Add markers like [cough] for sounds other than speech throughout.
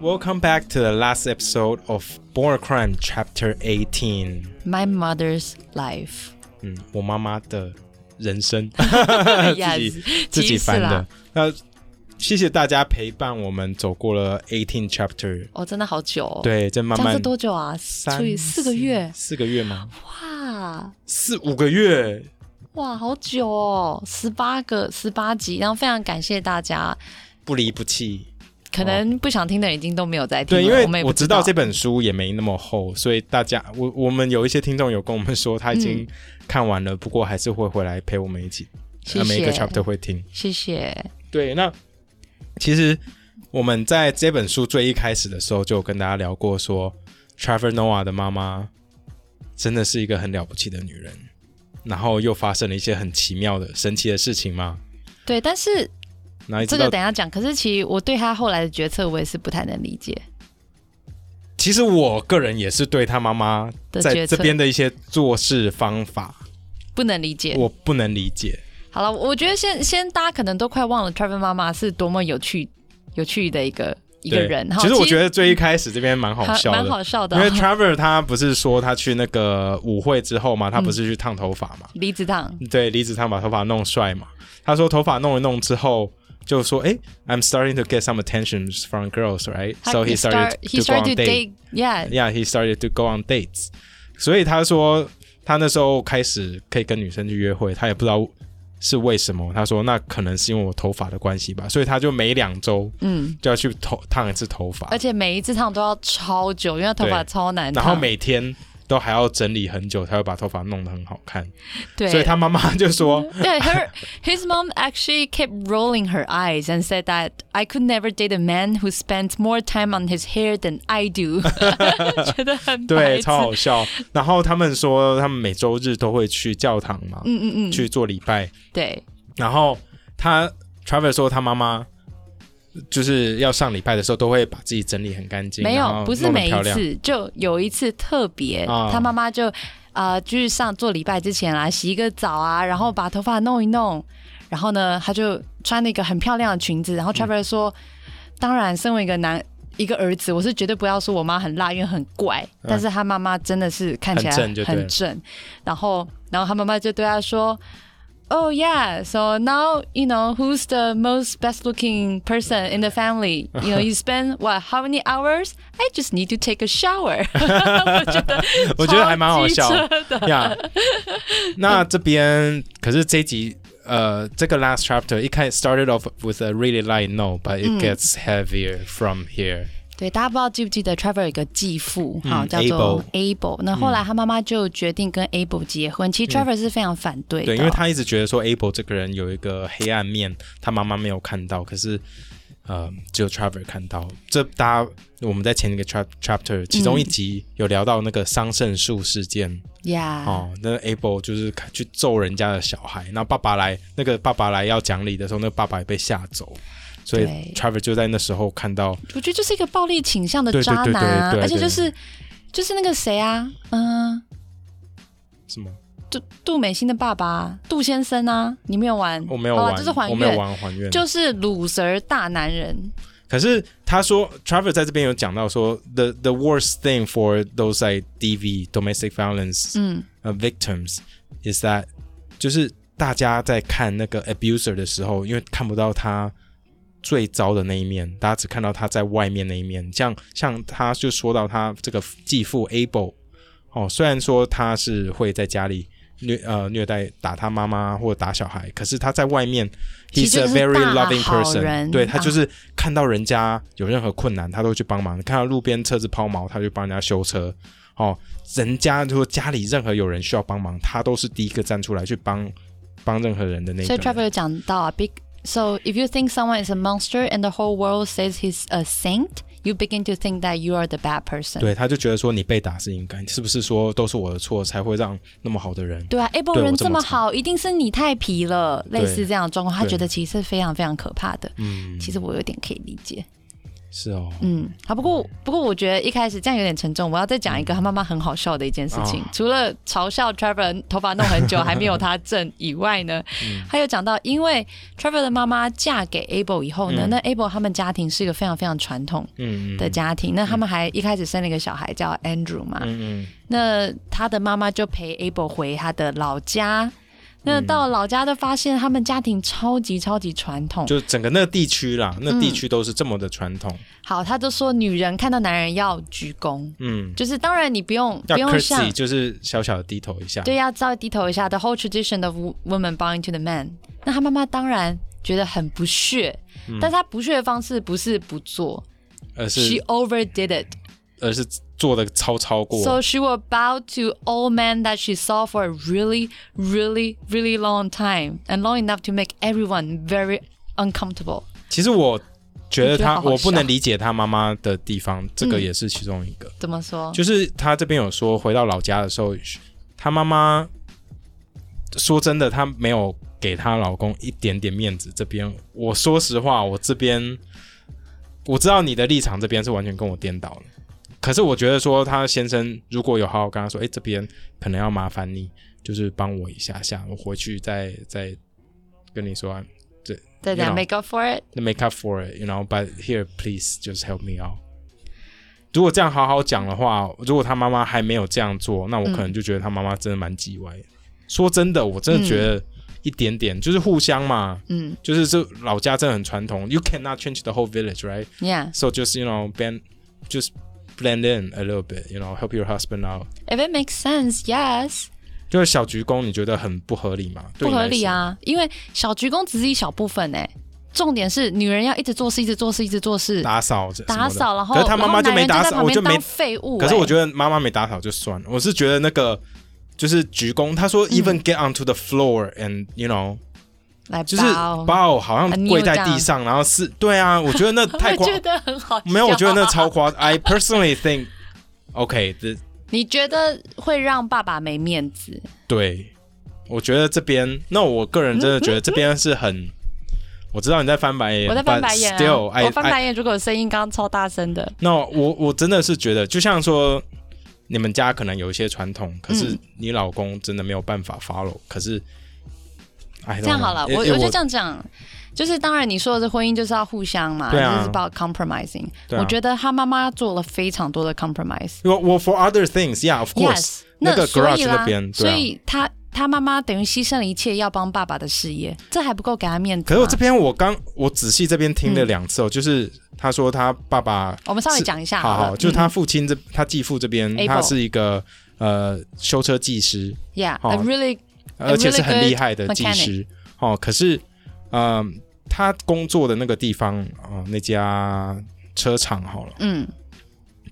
Welcome back to the last episode of Born a Crime Chapter Eighteen。 My mother's life 嗯，我妈妈的人生， [laughs] 自己 [laughs] yes，自己其实翻的啦，。那谢谢大家陪伴我们走过了 eighteen chapter。哦，真的好久、哦。，对，这慢这样慢是多久啊？除以四个月，四个月吗？哇四五个月，哇，好久哦，十八个十八集，然后非常感谢大家。不离不弃。可能不想听的人已经都没有在听了，对，因为我们也我不知道道这本书也没那么厚，所以大家，我我们有一些听众有跟我们说他已嗯经看完了，不过还是会回来陪我们一起，谢呃每一个谢 chapter 会听。谢谢。对，那其实我们在这本书最一开始的时候就有跟大家聊过说，Trevor Noah 的妈妈真的是一个很了不起的女人，然后又发生了一些很奇妙的、神奇的事情嘛。对，但是哎然后一直这到个等一下讲。可是其实我对他后来的决策，我也是不太能理解其实我个人也是对她妈妈的在决这策，边的一些做事方法，不能理解。我不能理解。好了，我觉得先先大家可能都快忘了 Trevor 妈妈是多么有趣有趣的一个一个对人。其实我觉得得最一开始这边蛮好笑蛮的，好笑的因哦，为 Trevor 他不是说他去那个舞会之后嘛，他不是去烫头发嘛，离子烫，对，离子烫把头发弄帅嘛。他说头发弄一弄之后，就说：“哎，I'm starting to get some attention from girls, right? 他 So he he started start- to go on to dates. date yeah Yeah, he started to go on dates. 所以他说他那时候开始可以跟女生去约会，他也不知道是为什么。他说那可能是因为我头发的关系吧，所以他就每两周嗯，就要去头烫一次头发而，且每一次烫都要超久，因为他头发对超难烫，然后每天。”都还要整理很久，才会把头发弄得很好看。对，所以他妈妈就说 [laughs] 对 her his mom actually kept rolling her eyes and said that I could never date a man who spent more time on his hair than I do，觉得很白对，痴超好笑。然后他们说，他们每周日都会去教堂嘛，嗯嗯嗯，去做礼拜。对然后他 Trevor 说，他妈妈就是要上礼拜的时候，都会把自己整理很干净，没然后有，不是弄得每漂一亮。次，就有一次特别，啊他妈妈就啊，去上做礼拜之前啊，洗一个澡啊，然后把头发弄一弄，然后呢，他就穿了一个很漂亮的裙子，嗯然后 Trevor 说，当然，身为一个男。一个儿子，我是绝对不要说我妈很辣，因为很怪。嗯但是他妈妈真的是看起来很正就对了很正，然后，然后他妈妈就对他说：“Oh yeah, so now you know who's the most best-looking person in the family. You know, you spend what how many hours? I just need to take a shower 我觉得 [laughs] 我觉得还蛮好笑超机车的。呀。那这边可是这一集。呃，这个 last chapter 一开始 started off with a really light note, but 嗯 it gets heavier from here. [laughs] 对，大家不知道记不记得 Trevor 有一个继父，嗯哈、叫做 Abel。那后来他妈妈就决定跟 Abel 结婚，其实 Trevor 是非常反对的，嗯对，因为他一直觉得说 Abel 这个人有一个黑暗面，他妈妈没有看到，可是呃，只有 Trevor 看到。这大家我们在前一个 chap chapter 其中一集有聊到那个桑葚树事件、呀。哦，那 Abel 就是去揍人家的小孩，那爸爸来，那个爸爸来要讲理的时候，那个爸爸也被吓走，所以对 Trevor 就在那时候看到，我觉得就是一个暴力倾向的对对渣对对男啊，对对而且对就是就是那个谁啊，嗯、什么？杜杜美心的爸爸杜先生啊，你没有玩？我没有好啦玩，就是还我没有愿，玩还愿，就是鲁蛇大男人。可是他说，Trevor 在这边有讲到说，the the worst thing for those like DV domestic violence 嗯 uh, victims is that 就是大家在看那个 abuser 的时候，因为看不到他最糟的那一面，大家只看到他在外面那一面。像像他就说到他这个继父 Abel 哦，虽然说他是会在家里虐呃虐待打他妈妈或打小孩，可是他在外面其 he's 实 a 就是 very 大 loving 好 person，人对他啊就是看到人家有任何困难，他都会去帮忙。看到路边车子抛锚，他就帮人家修车。哦，人家就说家里任何有人需要帮忙，他都是第一个站出来去帮帮任何人的那所个以 Trevor 人。有讲到啊，big。So if you think someone is a monster and the whole world says he's a saint, you begin to think that you are the bad person. 对，他就觉得说你被打是应该，是不是说都是我的错才会让那么好的人？对啊，Abel 对我人这么这么好，一定是你太皮了，类似这样的状况，他对觉得其实是非常非常可怕的。嗯，其实我有点可以理解，是哦，嗯，好，不过不过我觉得一开始这样有点沉重，我要再讲一个他妈妈很好笑的一件事情。哦除了嘲笑 Trevor 头发弄很久还没有他正以外呢，嗯他有讲到，因为 Trevor 的妈妈嫁给 Abel 以后呢，嗯那 Abel 他们家庭是一个非常非常传统嗯嗯的家庭，那他们还一开始生了一个小孩叫 Andrew 嘛，嗯那他的妈妈就陪 Abel 回他的老家。那嗯到老家就发现他们家庭超级超级传嗯，，统就整个那个地区啦，那地区都是这么的传统，好，他就说女人看到男人要鞠躬，嗯，就是当然你不用不要用像 curtsy 就是小小的低头一下，对，要稍微低头一下。The whole tradition of wo- women bowing to the man。那他妈妈当然觉得很不屑，但是她不屑的方式不是不做而，she 是 overdid it。而是做的超超过， So she will bow to all men that she saw for a really, really, really long time and long enough to make everyone very uncomfortable。其实我觉得他，我觉得好好笑嗯我不能理解他妈妈的地方，这个也是其中一个。怎么说？就是他这边有说，回到老家的时候，他妈妈说真的，她没有给她老公一点点面子。这边我说实话，我这边我知道你的立场，这边是完全跟我颠倒了。可是我觉得说，她先生如果有好好跟她说，哎，这边可能要麻烦你，就是帮我一下下，我回去再再跟你说、啊，对你对好，make up for it。 make up for it, you know. But here, please, just help me out. 如果这样好好讲的话，如果他妈妈还没有这样做，那我可能就觉得他妈妈真的蛮叽歪的。说真的，我真的觉得一点点、就是互相嘛，嗯就是这老家真的很传统。You cannot change the whole village, right? ，Yeah。 So just you know, bend, just blend in a little bit, you know, help your husband out. If it makes sense, yes. 就是小鞠躬，你觉得很不合理吗？对不你来合理说！啊，因为小鞠躬只是一小部分哎、重点是女人要一直做事，一直做事，一直做事，打扫这什么的打扫，然后可是他妈妈就没打扫，我然后男人就在旁边没当废物、可是我觉得得妈妈没打扫就算了，我是觉得那个就是鞠躬，他嗯说 even get onto the floor and you know，欸来就是包，抱好啊像，kneel 跪在地上，然后是，对啊，我觉得那太 [laughs] 我夸，觉得很好笑。没有，我觉得那超夸。I personally think OK，这 [laughs] 你觉得会让爸爸没面子？对，我觉得这边，那我个人真的觉得这边是很，我知道你在翻白眼，我在翻白眼、啊 but，still I 我翻 I- 白眼。如果有声音刚刚超大声的，那我我真的是觉得，就像说你们家可能有一些传统，可是你老公真的没有办法 follow，可是。哎，这样好了，因我因为我就这样讲，就是当然你说的婚姻就是要互相嘛，对啊就是 about compromising、对啊我觉得他妈妈做了非常多的 compromise。我我 for other things，yeah，of course， Yes，那个所以 garage 啦，那边，所对啊。以他他妈妈等于牺牲了一切，要帮爸爸的事业，这还不够给他面子吗。可是我这边我刚我仔细这边听了两次哦，就是他说他爸爸我们稍微讲一下好了，好，就是他父亲这他继父这边， Abel 他是一个呃修车技师，好 Yeah，a 嗯 really 而且是 really 很厉害的 good 技 mechanic 师。哦，可是，嗯、他工作的那个地方啊、呃那家车厂好了嗯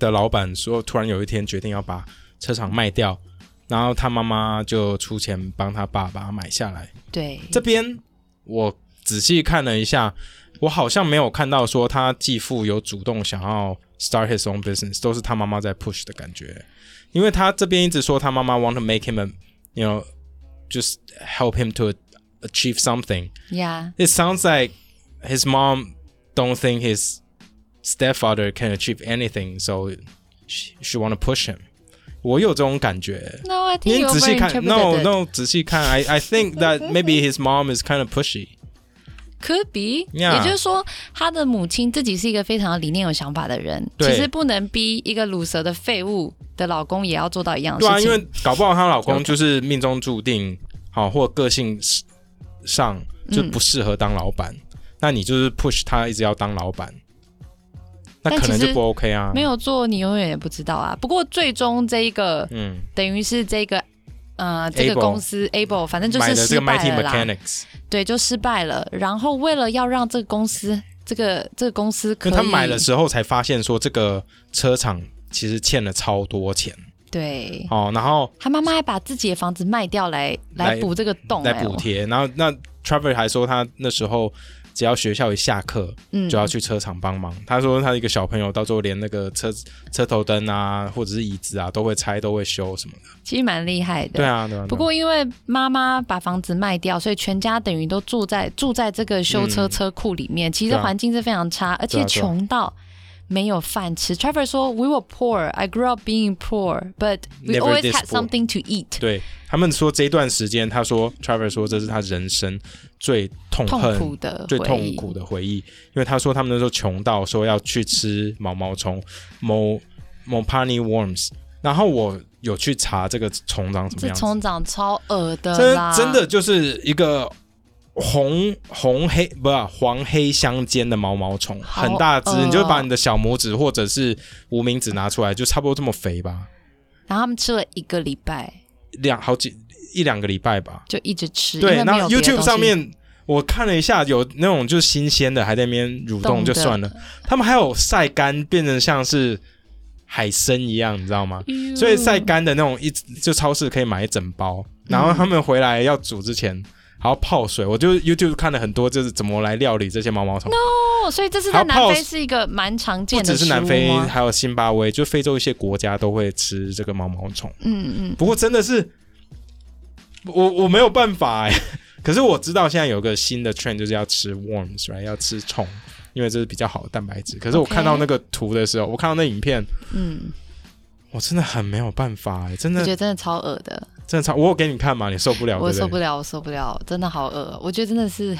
的老板说，突然有一天决定要把车厂卖掉，然后他妈妈就出钱帮他爸爸买下来。对，这边我仔细看了一下，我好像没有看到说他继父有主动想要 start his own business，都是他妈妈在 push 的感觉。因为他这边一直说他妈妈 want to make him a you know just help him to achieve something。 Yeah， It sounds like his mom don't think his stepfather can achieve anything, so she, she want to push him。我有这种感觉。 No, I 因 think 为 you 你仔细看 overinterpreted ，no it. no，仔细看，I I think that maybe his mom is kind of pushy。 Could be， Yeah 也就是说，他的母亲自己是一个非常有理念、有想法的人，对其实不能逼一个卤蛇的废物的老公也要做到一样的对啊，事因情。为搞不好她老公就是命中注定，好或个性上嗯就不适合当老板，那你就是 push 他一直要当老板，那但可能其就实不 OK 啊。没，有做，你永远也不知道啊。不过最终这一个嗯，等于是这个呃这个 Able 公司 Able，反正就买是的这失个 Mighty 败了啦。 Mechanics，对，就失败了。然后为了要让这个公司，这个这个公司可因为以，他买了之后才发现说这个车厂其实欠了超多钱对，哦，然后他妈妈还把自己的房子卖掉来来来补这个洞、来哎补贴。然后那 Trevor 还说他那时候只要学校一下课，嗯就要去车厂帮忙。他说他一个小朋友到最后连那个车车头灯啊，或者是椅子啊，都会拆，都会修什么的。其实蛮厉害的。对啊，对啊。不过因为妈妈把房子卖掉，所以全家等于都住在住在这个修车车库里面，其实嗯对啊啊环境是非常差，而且穷到。没有饭吃。Trevor 说，We were poor. I grew up being poor, but we Never always this had poor. something to eat. 对他们说这段时间，他说 Trevor 说这是他人生最痛痛恨、苦的最回痛忆苦的回忆，因为他说他们那时候穷到说要去吃毛毛虫某某 Pony Worms，然后我有去查这个虫长什么这样子，虫长超恶的真啦，真的就是一个红红黑不是啊、黄黑相间的毛毛虫，好很大只，恶你就把哦你的小拇指或者是无名指拿出来，就差不多这么肥吧，然后他们吃了一个礼拜，两好几一两个礼拜吧。就一直吃。因对，为那没有别的 YouTube 东上西面我看了一下，有那种就是新鲜的还在那边蠕动动就的算了，他们还有晒干变成像是海参一样，你知道哎吗？所以嗯晒干的那种一就超市可以买一整包，然后他们回来要煮之前。还要泡水，我就 YouTube 看了很多，就是怎么来料理这些毛毛虫哦，所以这是还在有南非 pulse 是一个蛮常见不的食只物是南非，吗还有新巴威，就非洲一些国家都会吃这个毛毛虫。嗯嗯，不过真的是，我我没有办法哎、 [laughs] 可是我知道现在有个新的 trend 就是要吃 worms，right？要吃虫，因为这是比较好的蛋白质。可是我 OK 看到那个图的时候我看到那影片，嗯，我真的很没有办法哎、真我的觉得真的超恶的，真的超，我有给你看嘛，你受不了，我对受不不对？了，我受不了，真的好恶，我觉得真 [laughs] 的是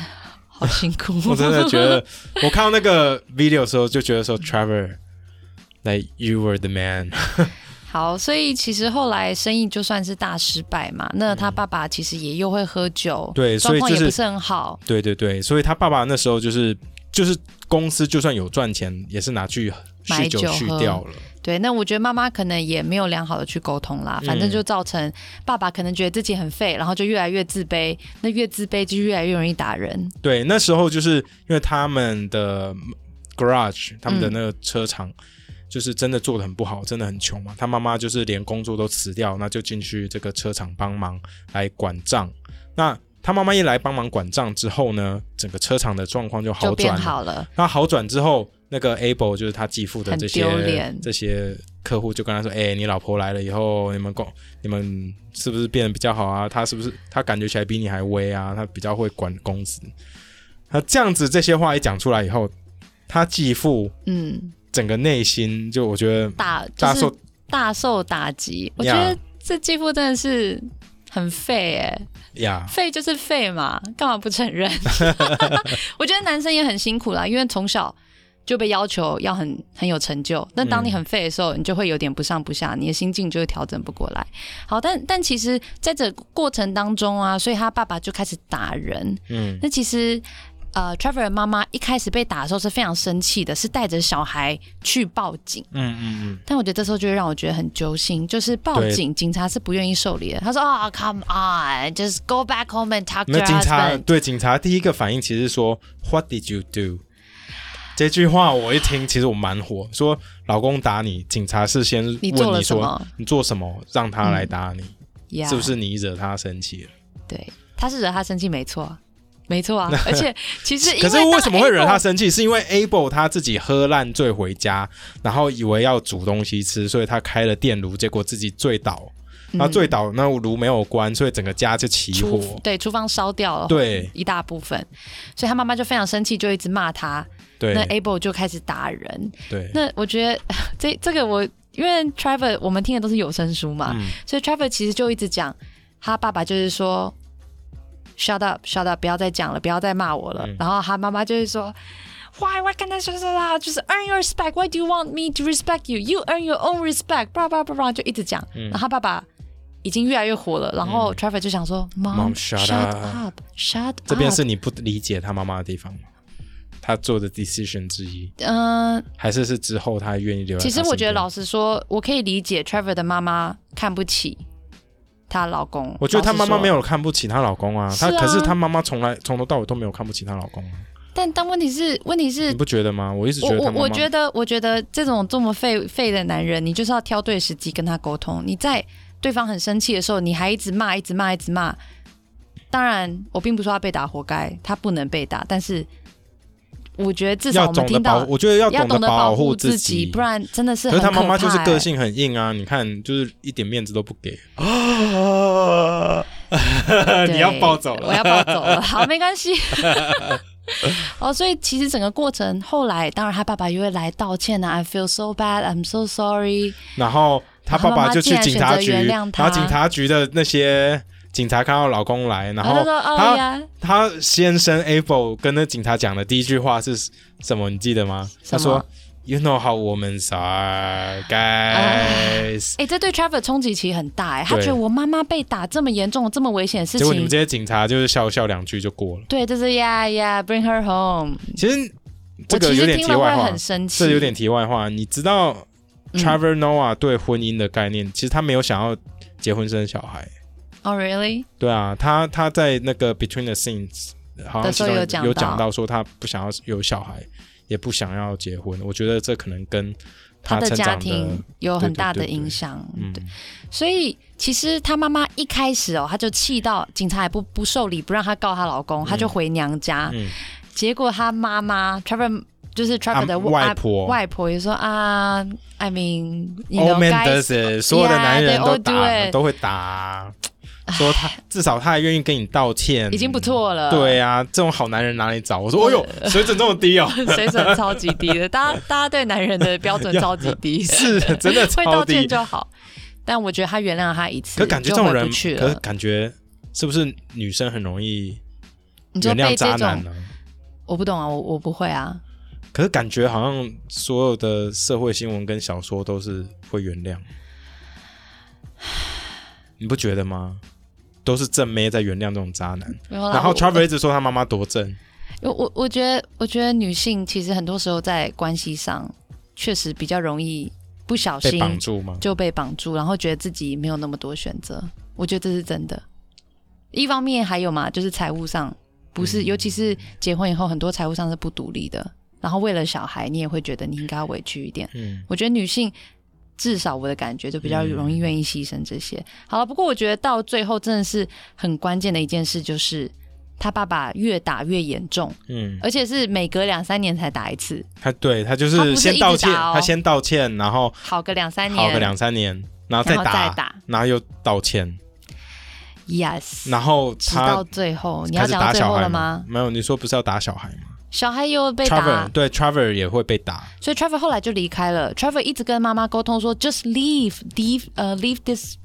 好辛苦，我真的觉得，我看到那个 video 的时候就觉得说，Trevor，like you were the man， [laughs] 好，所以其实后来生意就算是大失败嘛，那他爸爸其实也又会喝酒，嗯对所状以况就也是不是很好，对对对，所以他爸爸那时候就是就是公司就算有赚钱，也是拿去酗买酒酒酗喝掉了。对，那我觉得妈妈可能也没有良好的去沟通啦，反正嗯就造成爸爸可能觉得自己很废，然后就越来越自卑，那越自卑就越来越容易打人，对，那时候就是因为他们的 garage，他们的那个车厂，就是真的做的很不好，真的很穷嘛。他妈妈就是连工作都辞掉，那就进去这个车厂帮忙来管账。那他妈妈一来帮忙管账之后呢，整个车厂的状况就好就变转了。啊好了。那好转之后，那个 Able 就是他继父的很这丢些脸这些客户就跟他说：“哎、你老婆来了以后，你们公你们是不是变得比较好啊？她是不是她感觉起来比你还威啊？她比较会管公司。”那这样子这些话一讲出来以后，他继父嗯，整个内心就我觉得大大就受、是大受打击。我觉 Yeah 得这继父真的是很废哎、呀，废就是废嘛，干嘛不承认？ [laughs] 我觉得男生也很辛苦啦，因为从小就被要求要很很有成就，但当你很废的时候，你就会有点不上不下，你的心境就会调整不过来。好，但但其实在这个过程当中啊，所以他爸爸就开始打人。嗯，那其实。呃，Trevor 的妈妈一开始被打的时候是非常生气的，是带着小孩去报警。嗯嗯嗯，但我觉得这时候就会让我觉得很揪心，就是报对警，警察是不愿意受理的。他说：“啊、c o m e on，just go back home and talk to 那 your 警察 husband。对警察第一个反应其实说 “What did you do？” 这句话我一听，其实我蛮火，说老公打你，警察是先问你做了什说么你做什么让他来打你， Yeah，是不是你惹他生气了？对，他是惹他生气，没错啊，没 [laughs] 错啊。而且其实因可是当为什么会惹他 Abel- 生气？是因为 Able 他自己喝烂醉回家，然后以为要煮东西吃，所以他开了电炉，结果自己醉倒，然嗯后醉倒那炉没有关，所以整个家就起火。厨对厨房烧掉了，对一大部分，所以他妈妈就非常生气，就一直骂他。那对 Able 就开始打人。对，那我觉得 [laughs] 这这个我因为 Trevor 我们听的都是有声书嘛，嗯所以 Trevor 其实就一直讲他爸爸就是说 shut up shut up 不要再讲了，不要再骂我嗯了。然后他妈妈就是说。Why? Why can't I shut it out? 就是 earn your respect. Why do you want me to respect you? You earn your own respect. blah blah blah blah 就一直讲。嗯然后他爸爸已经越来越火了。然后 Trevor 就想说、m o m Mom, shut shut up, shut up. 这边是你不理解他妈妈的地方吗？他做的 decision 之一，嗯、还是是之后他愿意留在他其身实边？我觉得，老实说，我可以理解 Trevor 的妈妈看不起她老公。我觉得她妈妈没有，有看不起她老公啊，是她啊可是她妈妈从来从头到尾都没有看不起她老公啊，但但问题是，问题你是。不觉得吗？我一直觉我得我她妈妈，我觉得，我觉得这种这么废废的男人，你就是要挑对时机跟他沟通。你在对方很生气的时候，你还一直骂，一直骂，一直骂。当然，我并不说他被打活该，他不能被打，但是我觉得至少要我们懂得听保，到我觉得要要懂懂得得保护自己，不。然真的是可很是她妈妈可就怕是个欸性很硬啊，你看就是一点面子都不给。你对 [laughs] 要暴走了 [laughs] 我要暴走了。好，没关系。 [laughs] 哦，所以其实整个过程后来，当然他爸爸也会来道歉啊，I feel so bad, I'm so sorry。然后他爸爸就去警察局，然后妈妈竟然选择原然谅他后警察局的那些警察看到老公来，然后他说：“哦他呀，他先生 Abel 跟那警察讲的第一句话是什么？你记得吗？什他么说：“You know how women are, guys。哎，这对 Trevor 冲击其实很大哎，他对觉得我妈妈被打这么严重、这么危险的事结果你们情，这些警察就是笑笑两句就过了。对，就是呀呀，bring her home。其实这嗯我个其有实点听题了外会话很，生气，这有点题外话。你知道嗯 Trevor Noah 对婚姻的概念，其实他没有想要结婚生小孩。哦，really？对啊，他他在那个 Between the Scenes 好像的其时候中有讲有到讲到说他不想要有小孩，也不想要结婚。我觉得这可能跟他成的家长庭有很大对对的对对影响，嗯对，所以其实她妈妈一开始哦，她就气到警察也不不受理，不让她告她老公，她就回娘家。嗯结果她妈妈 Trevor 就是 Trevor 的啊外外婆外婆也说啊，I mean，你 All 能 men 该 Oh does it，所有的 Yeah，男人 they 都 all do 打 it 都会打，说他至少他还愿意跟你道歉，已经不。错了，对啊，这种好男人哪里找？我 [laughs] 说，哎呦，水准这么低哦，水准超级低的，大家大家对男人的标准超级 [laughs] 低， [laughs] 是真的超会道歉低。就好。但我觉得他原谅了他一次，可感觉就这种回人不去，可了。感觉是不是女生很容易你就原谅被渣这男啊种，呢、我不懂啊，我我不会啊。可是感觉好像所有的社会新闻跟小说都是会原谅，你不觉得吗？都是正妹在原谅这种渣男，然然后 Trevor 一直说他妈妈多正，我我我觉得，我觉得女性其实很多时候在关系上确实比较容易不小被心绑住吗？就被绑住，然后觉得自己没有那么多选择。我觉得这是真的。一方面还有嘛，就是财务上不嗯是，尤其是结婚以后，很多财务上是不独立的。然后为了小孩，你也会觉得你应该要委屈一点。嗯，我觉得女性至少我的感觉就比较容易愿意牺牲这些。好了，不过我觉得到最后真的是很关键的一件事，就是他爸爸越打越严重，嗯，而且是每隔两三年才打一次，他对他就他不是先一直道歉，打哦他先道歉，然后好个两三年，好个两三年，然后再然后打，再打然后又道歉， ，yes，然后直到他最后，你开要始讲到打最小后孩了吗？？没有，你说不是要打小孩吗小孩也有被打？Trevor，对 Trevor 也会被打，所以 Trevor 后来就离开了。Trevor 一直跟妈妈沟通说，just leave, leave，呃、l e a v e this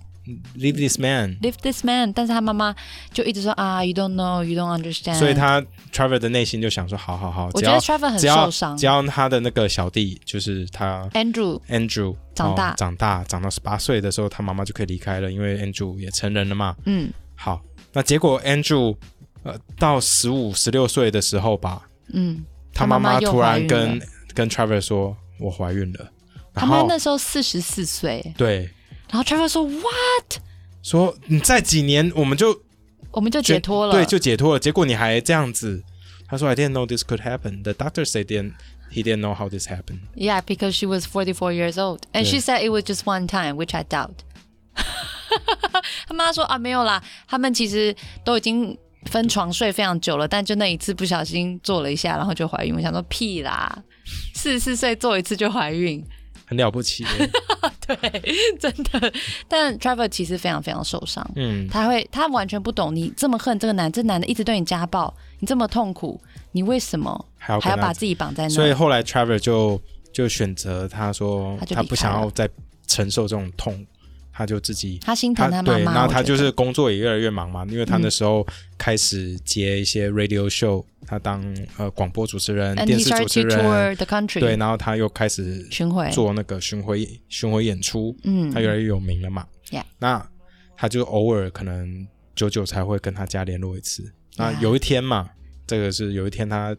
Leave this man。 leave this man，但是他妈妈就一直说啊，you don't know, you don't understand，所以他 Trevor 的内心就想说，好好好，我只觉要得 Trevor 很只要受伤只。要他的那个小弟，就是他 Andrew Andrew 长大哦长大长到十八岁的时候，他妈妈就可以离开了，因为 Andrew 也成人了嘛。嗯好，那结果 Andrew 呃到十五十六岁的时候吧，嗯，他他妈妈妈又突怀然孕跟了跟 Trevor 说，我怀孕了，他然妈后那时候四十四岁，对然后 Trevor 说哇，说你再几年我们就我们就解脱了，对，就解脱了。结果你还这样子，他说 I didn't know this could happen. The doctor said didn't he didn't know how this happened. yeah because she was forty four years old and she said it was just one time which I doubt 。他妈说啊没有啦，他们其实都已经分床睡非常久了，但就那一次不小心做了一下，然后就怀孕。我想说屁啦，四十四岁做一次就怀孕， [laughs] 很了不起耶，对，真的。但 Trevor 其实非常非常受伤，嗯，他会，他完全不懂你这么恨这个男，这男的一直对你家暴，你这么痛苦，你为什么还要还跟要他把，自己绑在所以那？后来 Trevor 就就选择他说他就离开他不想要再承受这种痛，他就自己他心疼他妈对，妈，然后我他觉就得是工作也越来越忙嘛，因为他嗯那时候开始接一些 radio show，他当呃广播主持人、 and 电 he 视主 started 持 to 人， tour the country，对，，然后他又开始巡回，做那个巡回巡回演出，嗯他越来越有名了嘛。 Yeah 那他就偶尔可能久久才会跟他家联络一次。那 Yeah 有一天嘛，这个是有一天他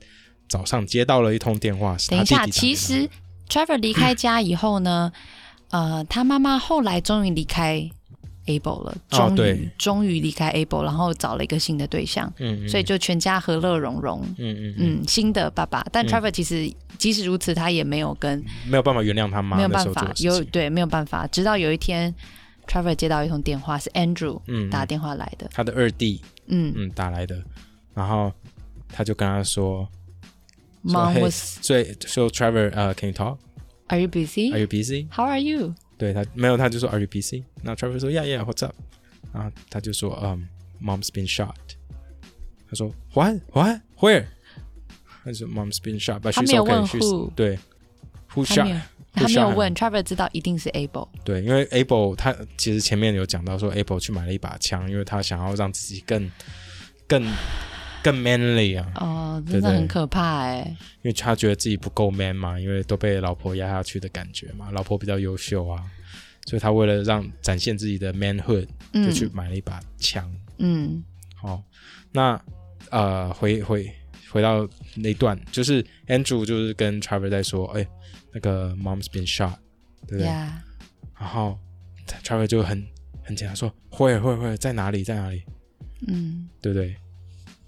早上接到了一通电话，是等他一弟弟打下，给他其实 Trevor 离开家以后 [clears throat] 呢，呃，他妈妈后来终于离开 Able 了，哦终于、对终于离开 Able，然后找了一个新的对象，嗯嗯所以就全家和乐融融。嗯嗯嗯，嗯，新的爸爸，但 Trevor 其实、即使如此，他也没有跟没有办法原谅他妈没有那办时候做法的，事有情。对没有办法，直到有一天，Trevor 接到一通电话，是 Andrew 嗯，打电话来的，他的二弟嗯嗯打来的，然后他就跟他说，说，Mom hey， was 所以说 Trevor 呃、c a n you talk? Are you Are busy? you busy? How are you? 对他没有，他就说 Are you busy？那 Trevor 说 Yeah Yeah What's up？然后他就说嗯、Mom's been shot。他说 What What Where？还是 mom's been shot, but 他 she's 没有 okay. 问 She's who 对，who 他没有 shot？他没有 shot 问 Trevor 知道一定是 Able，对，因为 Apple 他其实前面有讲到说 Apple 去买了一把枪，因为他想要让自己更更更 manly 啊，哦，对真的对很可怕哎、因为他觉得自己不够 man 嘛，因为都被老婆压下去的感觉嘛，老婆比较优秀啊，所以他为了让展现自己的 manhood，就去嗯买了一把枪。嗯哦，那呃，回回回到那一段，就是 Andrew 就是跟 Trevor 在说，哎，那个 mom's been shot，对不对？嗯，Yeah，然后 Trevor 就很很简单说，会会会，在哪里在哪里，嗯对不对？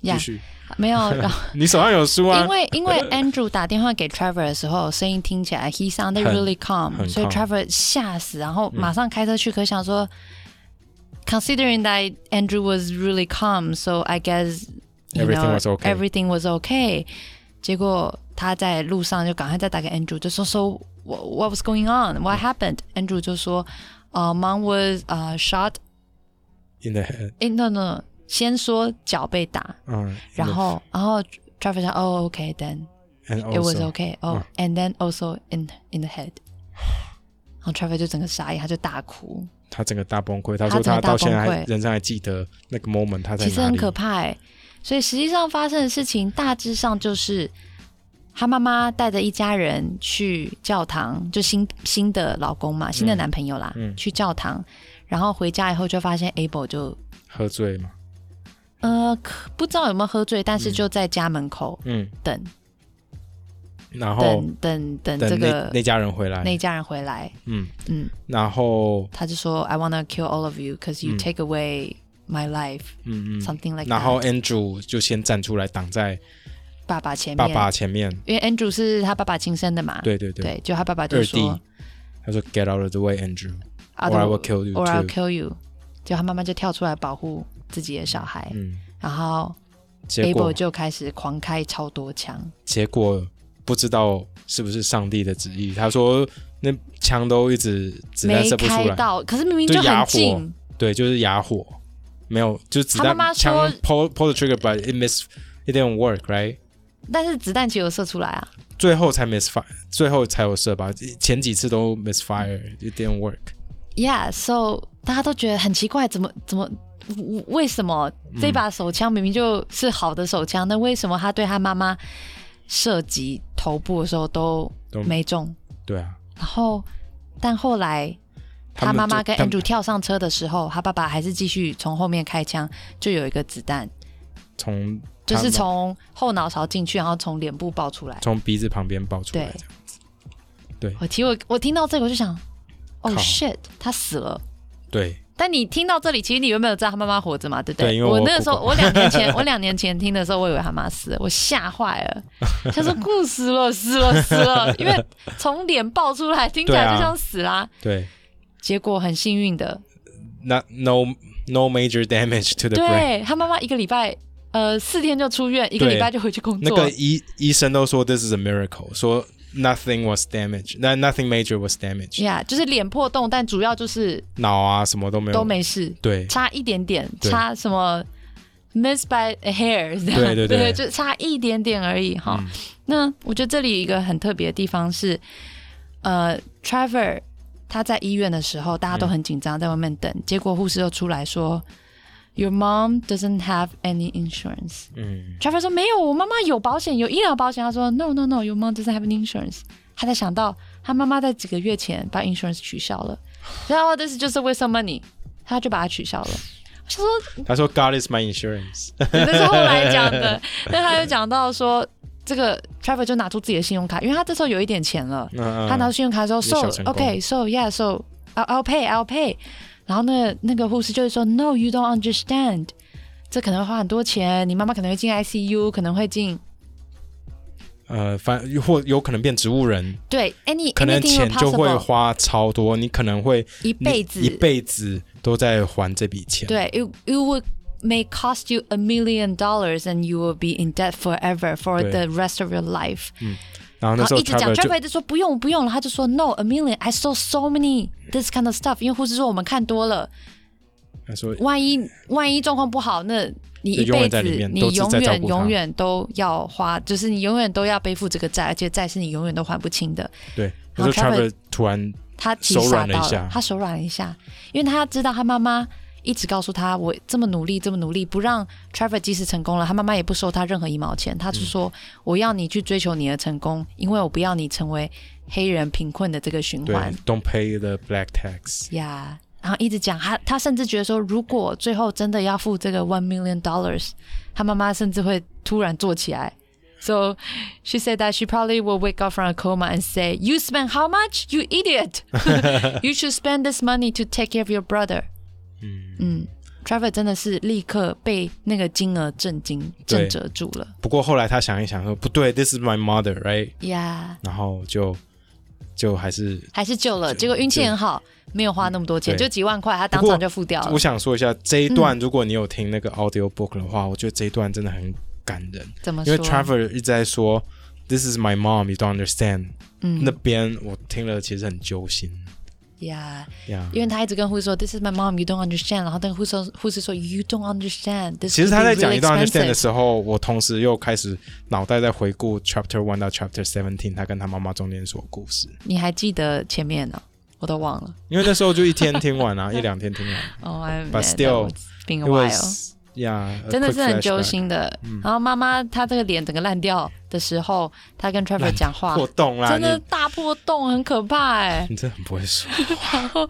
呀继续，没有，然后你手上有书啊因？为因为 Andrew 打电话给 Trevor 的时候，声音听起来 he sounded 很 really 很 calm，所以 calm Trevor 吓死，然后马上开车去，可想说、c o n s i d e r i n g that Andrew was really calm，so I guess you Everything know was okay. everything was okay。结果他在路上就赶快再打给 Andrew，就说 so what what was going on？What happened？Andrew 就说，呃、m o m was 呃、shot。 In the head，诶 n o no，先说脚被打，嗯， [laughs] 然后然后 Trevor 说，哦，OK，then。 and It was also 嗯 okay. Oh, and then also in in the head. 然后 Trevor 就整个傻眼，他就大哭，他整个大崩溃，他说他整他个大到现在崩还溃人生还记得那个 moment，他在其实哪很里可怕哎。所以实际上发生的事情大致上就是，他妈妈带着一家人去教堂，就新新的老公嘛，新的男朋友啦，嗯去教堂，然后回家以后就发现哎 Abel 就喝醉嘛，呃可不知道有没有喝醉，但是就在家门口嗯，等、然后等等等等这那哎个那家人回来，那家人回来，嗯，嗯。然后他就说 I wanna kill all of you because you 嗯 take away my life，嗯嗯。 something like 然后 that。 Andrew 就先站出来挡在爸爸前面，爸爸前面，因为 Andrew 是他爸爸亲生的嘛，对对对，对，就他爸爸就二弟说他说 Get out of the way, Andrew, or I "Other- will kill you or I'll too。 kill you，就他妈妈就跳出来保护自己的小孩，嗯，然后结 Abel 果就开始狂开超多枪，结果不知道是不是上帝的旨意，他说那枪都一直子弹没射不出开来，到，可是明明就哑很火近，对，就是哑火，没有，就子他弹妈妈枪说 pull pull the trigger, but it miss, it didn't work, right？但是子弹其实有射出来啊，最后才 misfire，最后才有射吧，前几次都 misfire, it didn't work。 Yeah，so 大家都觉得很奇怪，怎么怎么为为什么嗯这把手枪明明就是好的手枪，那、为什么他对他妈妈射击头部的时候都都没中？对啊，然后，但后来他们妈妈就跟他们 Andrew 跳上车的时候，他爸爸还是继续从后面开枪，就有一个子弹，从就他是们从后脑勺进去，然后从脸部爆出来。从鼻子旁边爆出来对这样子。我听我我听到这个我就想，哦、靠 shit，他死了。对，但你听到这里，其实你原本有知道他妈妈活着嘛，对不对？对因为我我那个时候， Google 我两年 [laughs] 前，我两年前听的时候，我以为他妈死了，我吓坏了，他说故死了，死了，死了，因为从脸爆出来，听起对来啊就像死啦。对结果很幸运的， ，not no no major damage to the brain。对他妈妈一个礼拜，呃，四天就出院，一个对礼拜就回去工那作。个医医生都说 this is a miracle，说 nothing was damaged，那 nothing major was damaged，呀就是脸破洞，但主要就是脑啊什么都没有，都没事，对差一点点，对差什么 miss by a hair，这样对对对就差一点点而已哈。嗯那我觉得这里一个很特别的地方是，呃，Trevor 他在医院的时候，大家都很紧张，在外面等，结果护士又出来说，Your mom doesn't have any insurance。嗯 Trevor 说没有，我妈妈有保险，有医疗保险。他说 No No No，Your mom doesn't have an insurance。他才想到他妈妈在几个月前把 insurance 取消了，然后 this is just a waste of money，他就把它取消了。我想说他说 God is my insurance，那是后来 [laughs] 讲的，但他又讲到说。这个 Trevor 就拿出自己的信用卡，因为他这时候有一点钱了，嗯 [laughs] 他拿出信用卡说一个小 So 成功 OK So yeah So I'll I'll pay I'll pay，然后那那个护士就会说 No you don't understand，这可能会花很多钱，你妈妈可能会进 ICU，可能会进呃，反或有可能变植物人，对，any 哎可能 anything 钱就会 possible，花超多，你可能会一你辈子，一辈子都在还这笔钱，对，it it would may cost you a million dollars and you will be in debt forever for 对 the rest of your life。然后那然时后候一直 Trevor 讲就，Trevor 一直说不用不用了，他就说 No a million I saw so many this kind of stuff，因为护士说我们看多了，他说万一万一状况不好，那你就一永辈远子在里面，你都是永在照远顾永他。远都要花，就是你永远都要背负这个债，而且债是你永远都还不清的。对，可然后是 Trevor- Trevor 突然他其手实吓软了一到下了，他手软了一下，因为他知道他妈妈一直告诉他，我这么努力，这么努力，不让 Trevor 即使成功了，他妈妈也不收他任何一毛钱，他就说、嗯我要你去追求你的成功，因为我不要你成为黑人贫困的这个循对环，Don't pay the black tax，呀。然后一直讲他，他甚至觉得说，如果最后真的要付这个 one million dollars，他妈妈甚至会突然坐起来。So she said that she probably will wake up from a coma and say, "You spent how much? You idiot! [laughs] you should spend this money to take care of your brother." Hmm. 嗯 t r e v o r 真的是立刻被那个金额震惊、对震折住了。不过后来他想一想说，不对，This is my mother，right？呀、然后就就还是还是救了，结果运气很好，没有花那么多钱，对就几万块，不他当过场就付掉了我。想说一下这一段，如果你有听那个 audio book 的话，我觉得这一段真的很感人，怎么因说为？Trevor 一直在说 This is my mom, you don't understand。嗯那边我听了其实很揪心呀、呀。因为他一直跟护士说 “This is my mom, you don't understand”，然后但护士说护士说 “You don't understand”。其实他在讲一段 understand 的时时候，我同时又开始脑袋在回顾 chapter one 到 chapter seventeen，他跟他妈妈中间所故事。候，你还记得前面呢、我都忘了。因为那时候就一天听完 [laughs] 啊，一两天听完。哦、i But still, been a It while， was yeah，a 真的 quick 是很揪 flashback 嗯心的。然后妈妈她这个脸整个烂掉的时候，她跟 Trevor 讲话破，洞啦，真的你大破洞，很可怕哎、 [laughs] 你真的很不会说。然后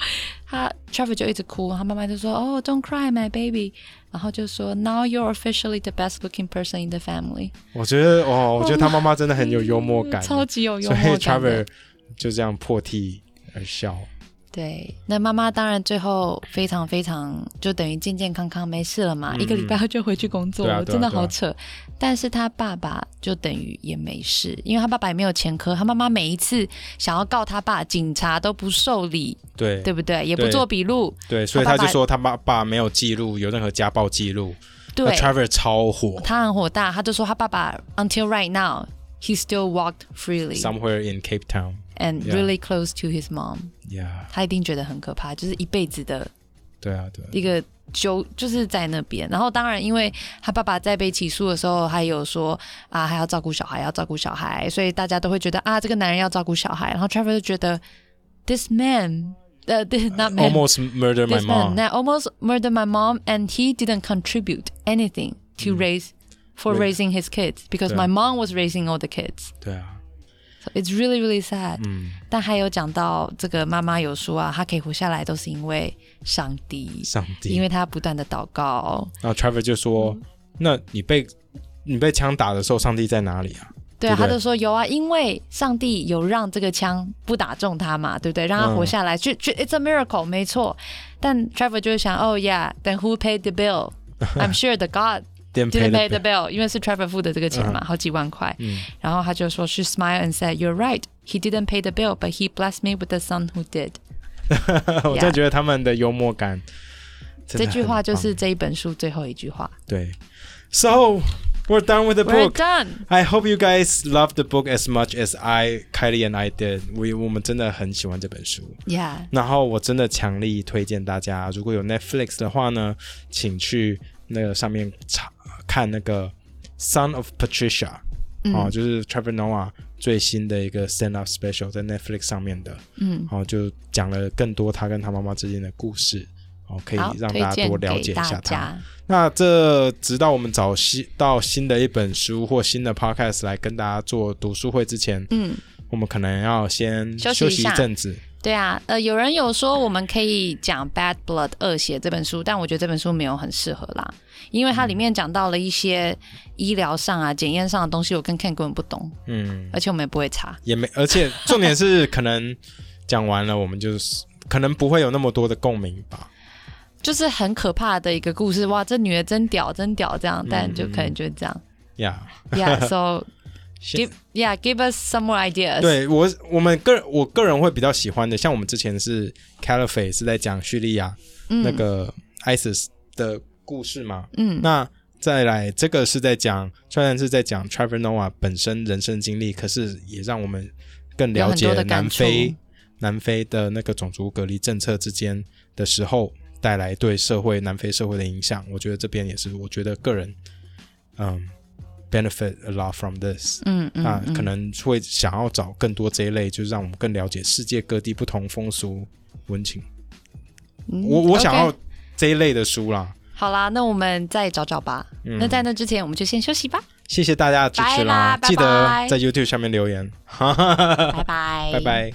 他 Trevor 就一直哭，他妈妈就说：“哦、d o n t cry, my baby。”然后就说：“Now you're officially the best looking person in the family。我觉得哦，我觉得他妈妈真的很有幽默感，嗯超级有幽所以默感的 Trevor 就这样破涕而笑。对，那妈妈当然最后非常非常就等于健健康康没事了嘛，一个礼拜就回去工嗯作对啊了，对啊真的对啊好扯。但是他爸爸就等于也没事，因为他爸爸也没有前科，他妈妈每一次想要告他爸，警察都不受理，对对不对？也不对做笔录，对，所以他他爸就爸说他爸爸没有记录，有任何家暴记录。对那 Trevor 超火他很火大，他就说他爸爸 until right now he still walked freely ，Somewhere in Cape Town。 and yeah really close to his mom，、 Yeah，他一定觉得很可怕，就是一辈子的对啊，对啊，一个纠，就是在那边。然后当然，因为他爸爸在被起诉的时候，还有说啊，还要照顾小孩，要照顾小孩，所以大家都会觉得啊，这个男人要照顾小孩。然后 Trevor 就觉得 this man，呃、[laughs] t h i s not man。 Almost murder my This man mom。 that almost murdered my mom, and he didn't contribute anything to raise for Right. raising his kids because Mm. Yeah. my mom was raising all the kids. 对啊， So it's really really sad. Mm. 但还有讲到这个妈妈有说啊，她可以活下来都是因为上帝，上帝。因为嗯她不断的祷告。然后 Trevor 就说：“那你被你被枪打的时候，上帝在哪里啊对对啊，不对他就说有啊，因为上帝有让这个枪不打中他嘛，对不对？让他活嗯下来，就就 It's a miracle，没错。但 Trevor 就会想，Oh yeah，then who paid the [laughs] bill? I'm sure the God ？Didn't pay didn't pay the the bill。嗯 bill，因为是 Trevor 付的这个钱嘛，好几万块。然后他就说，She smiled and said, "You're right. He didn't pay the bill, but he blessed me with the son who did." [laughs] 我真的觉得他们的幽默感真的很这棒，句话就是这一本书最后一句话。对。So we're done with the We're book. done. I hope you guys love the book as much as I, Kylie and I did. We 我们真的很喜欢这本书。 Yeah. 然后我真的强力推荐大家，如果有 Netflix 的话呢，请去那个上面查看那个《Son of Patricia、哦，嗯就是 Trevor Noah 最新的一个 Stand Up Special 在 Netflix 上面的，嗯，哦，就讲了更多他跟他妈妈之间的故事，哦，可以好，让推大家荐多了解给一大下他。家。那这直到我们找新到新的一本书或新的 podcast 来跟大家做读书会之前，嗯，我们可能要先休息休一息一下阵子。对啊，呃，有人有说我们可以讲《Bad Blood 恶血》这本书，但我觉得这本书没有很适合啦，因为它里面讲到了一些医疗上啊、检验上的东西，我跟 Ken 根本不懂，嗯，而且我们也不会查。也没， [laughs] 而且重点是可能讲完了，我们就是可能不会有那么多的共鸣吧。就是很可怕的一个故事，哇，这女的真屌，真屌，这样，嗯但就可能就是这样。呀、 Yeah, [laughs] so 先 give yeah give us some more ideas. 对我我们个我个人会比较喜欢的，像我们之前是 Caliphate 是在讲叙利亚、那个 ISIS 的故事嘛，嗯，那再来，这个是在讲，虽然是在讲 Trevor Noah 本身人生经历，可是也让我们更了有解很多的南感触非南非的那个种族隔离政策之间的时候带来对社会南非社会的影响，我觉得这边也是，我觉得个人嗯 benefit a lot from this。嗯嗯那可能会想要找更多这一类，就是让我们更了解世界各地不同风俗文情。嗯我我想 OK 要这一类的书啦，好啦，那我们再找找吧。嗯那在那之前，我们就先休息吧。谢谢大家的支持啦！拜啦记拜得拜在 YouTube 下面留言，拜拜，拜拜。